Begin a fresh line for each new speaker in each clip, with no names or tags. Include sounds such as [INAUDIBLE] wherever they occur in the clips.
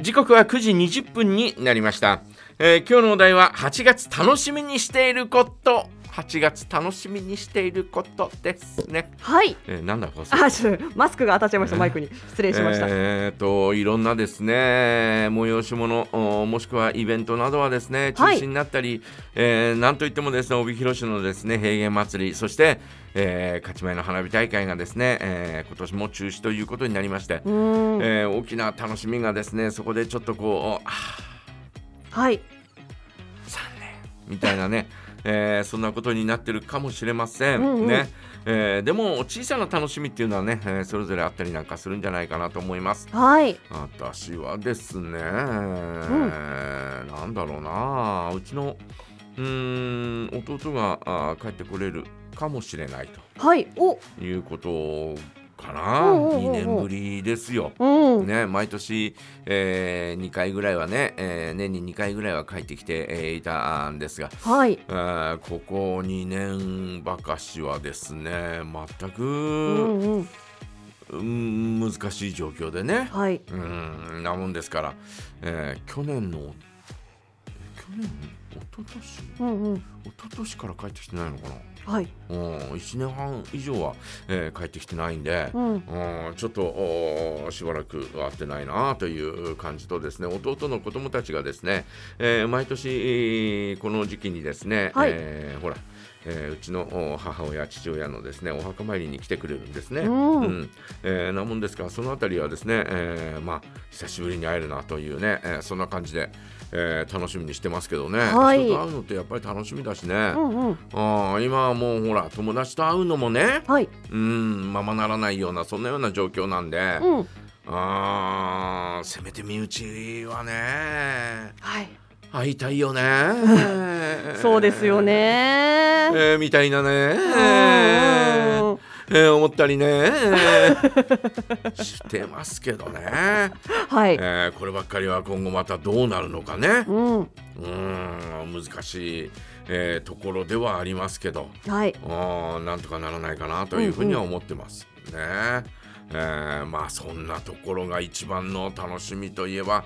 時刻は9時20分になりました、えー、今日のお題は8月楽しみにしていること8月楽しみにしていることですね
はい、
えー、なんだこ
あちょっとマスクが当たっちゃいました、マイクに失礼しました
えー、っといろんなですね催し物もしくはイベントなどはですね中止になったり、はい、えー、なんといってもですね帯広市のですね平原祭りそしてえー、勝ち前の花火大会がですね、えー、今年も中止ということになりまして、えー、大きな楽しみがですねそこでちょっとこ
うはい
残念みたいなねえー、そんなことになってるかもしれません、うんうん、ね、えー、でも小さな楽しみっていうのはね、えー、それぞれあったりなんかするんじゃないかなと思います
はい
私はですね、うん、なんだろうなうちのうん弟があ帰ってこれるかもしれないと、
はい、お
いうことかな2年ぶりですよ。うん、ね、毎年、えー、2回ぐらいはね、えー、年に2回ぐらいは帰ってきて、えー、いたんですが、
はい、
えー、ここ2年ばかしはですね全く、うんうんうん、難しい状況でね、
はい、
うんなもんですから、えー、去年の去年一昨年、
うんうん、
一昨年から帰ってきてないのか
な。はい。
うん、一年半以上は、えー、帰ってきてないんで、うん、うんちょっとしばらく会ってないなという感じとですね、弟の子供たちがですね、えー、毎年この時期にですね、
はい、、
えー、ほら。えー、うちの母親、父親のですねお墓参りに来てくれるんですね。うん、
うん
えー、なもんですから、その辺りはですね、えー、まあ、久しぶりに会えるなというね、えー、そんな感じで、えー、楽しみにしてますけどね、
はい、
人と会うのってやっぱり楽しみだしね、
うんうん、
あ今はもうほら、友達と会うのもね、
はい、
うんままならないような、そんなような状況なんで、
うん、
あせめて身内はね。
はい
会いたいよね
そうですよね、え
ー、みたいなね、ーえー、思ったり
[LAUGHS]
ねしてますけどね、
はい
えー、こればっかりは今後またどうなるのかね、
うん、うん
難しい、えー、ところではありますけど、
はい、
あなんとかならないかなというふうには思ってます。うんうん、ねえー、まあそんなところが一番の楽しみといえば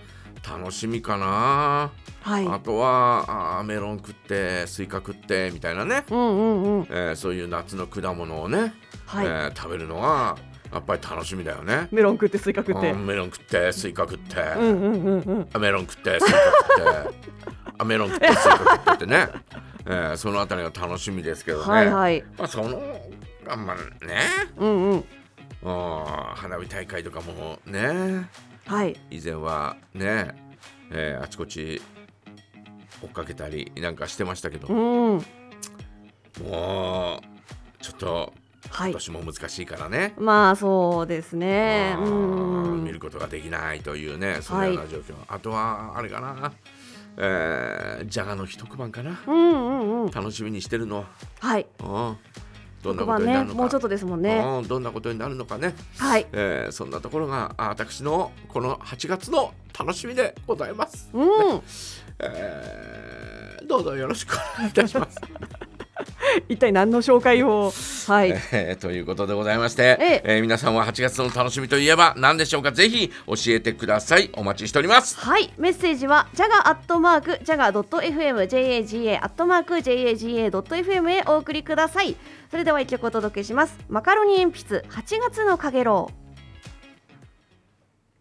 楽しみかな、
はい、
あとはあメロン食ってスイカ食ってみたいなね、
うんうんうん
えー、そういう夏の果物をね、
はい、
えー、食べるのはやっぱり楽しみだよね
メロン食ってスイカ食って
メロン食ってスイカ食って
うんうんうんうん
メロン食ってスイカ食ってあメロン食ってスイカ食ってってね、えー、そのあたりが楽しみですけどね、
はいはい、
まあ、そのあんまね、
うんうん、
あ花火大会とかもね
はい、
以前はね、えー、あちこち追っかけたりなんかしてましたけど、
うん、
もうちょっと
はい、
今年も難しいからね
まあそうですね
うん見ることができないというねそのような状況、はい、あとはあれかなえー、じゃがの一晩かな、
うんうんうん、
楽しみにしてるのは
はい
うん
どんなことね、もうちょっとですもんね。
どんなことになるのかね。
はい。
えー、そんなところが私のこの8月の楽しみでございます。
うん。ね、
えー、どうぞよろしくお願いいたします。
[LAUGHS] 一体何の紹介 [LAUGHS] を、はい
[LAUGHS] えー、ということでございまして、えええー、皆さんは8月の楽しみといえば何でしょうかぜひ教えてくださいお待ちしております
はいメッセージは jaga.jaga.fm.jaga.jaga.fm へお送りくださいそれでは一曲お届けしますマカロニ鉛筆8月のかげろう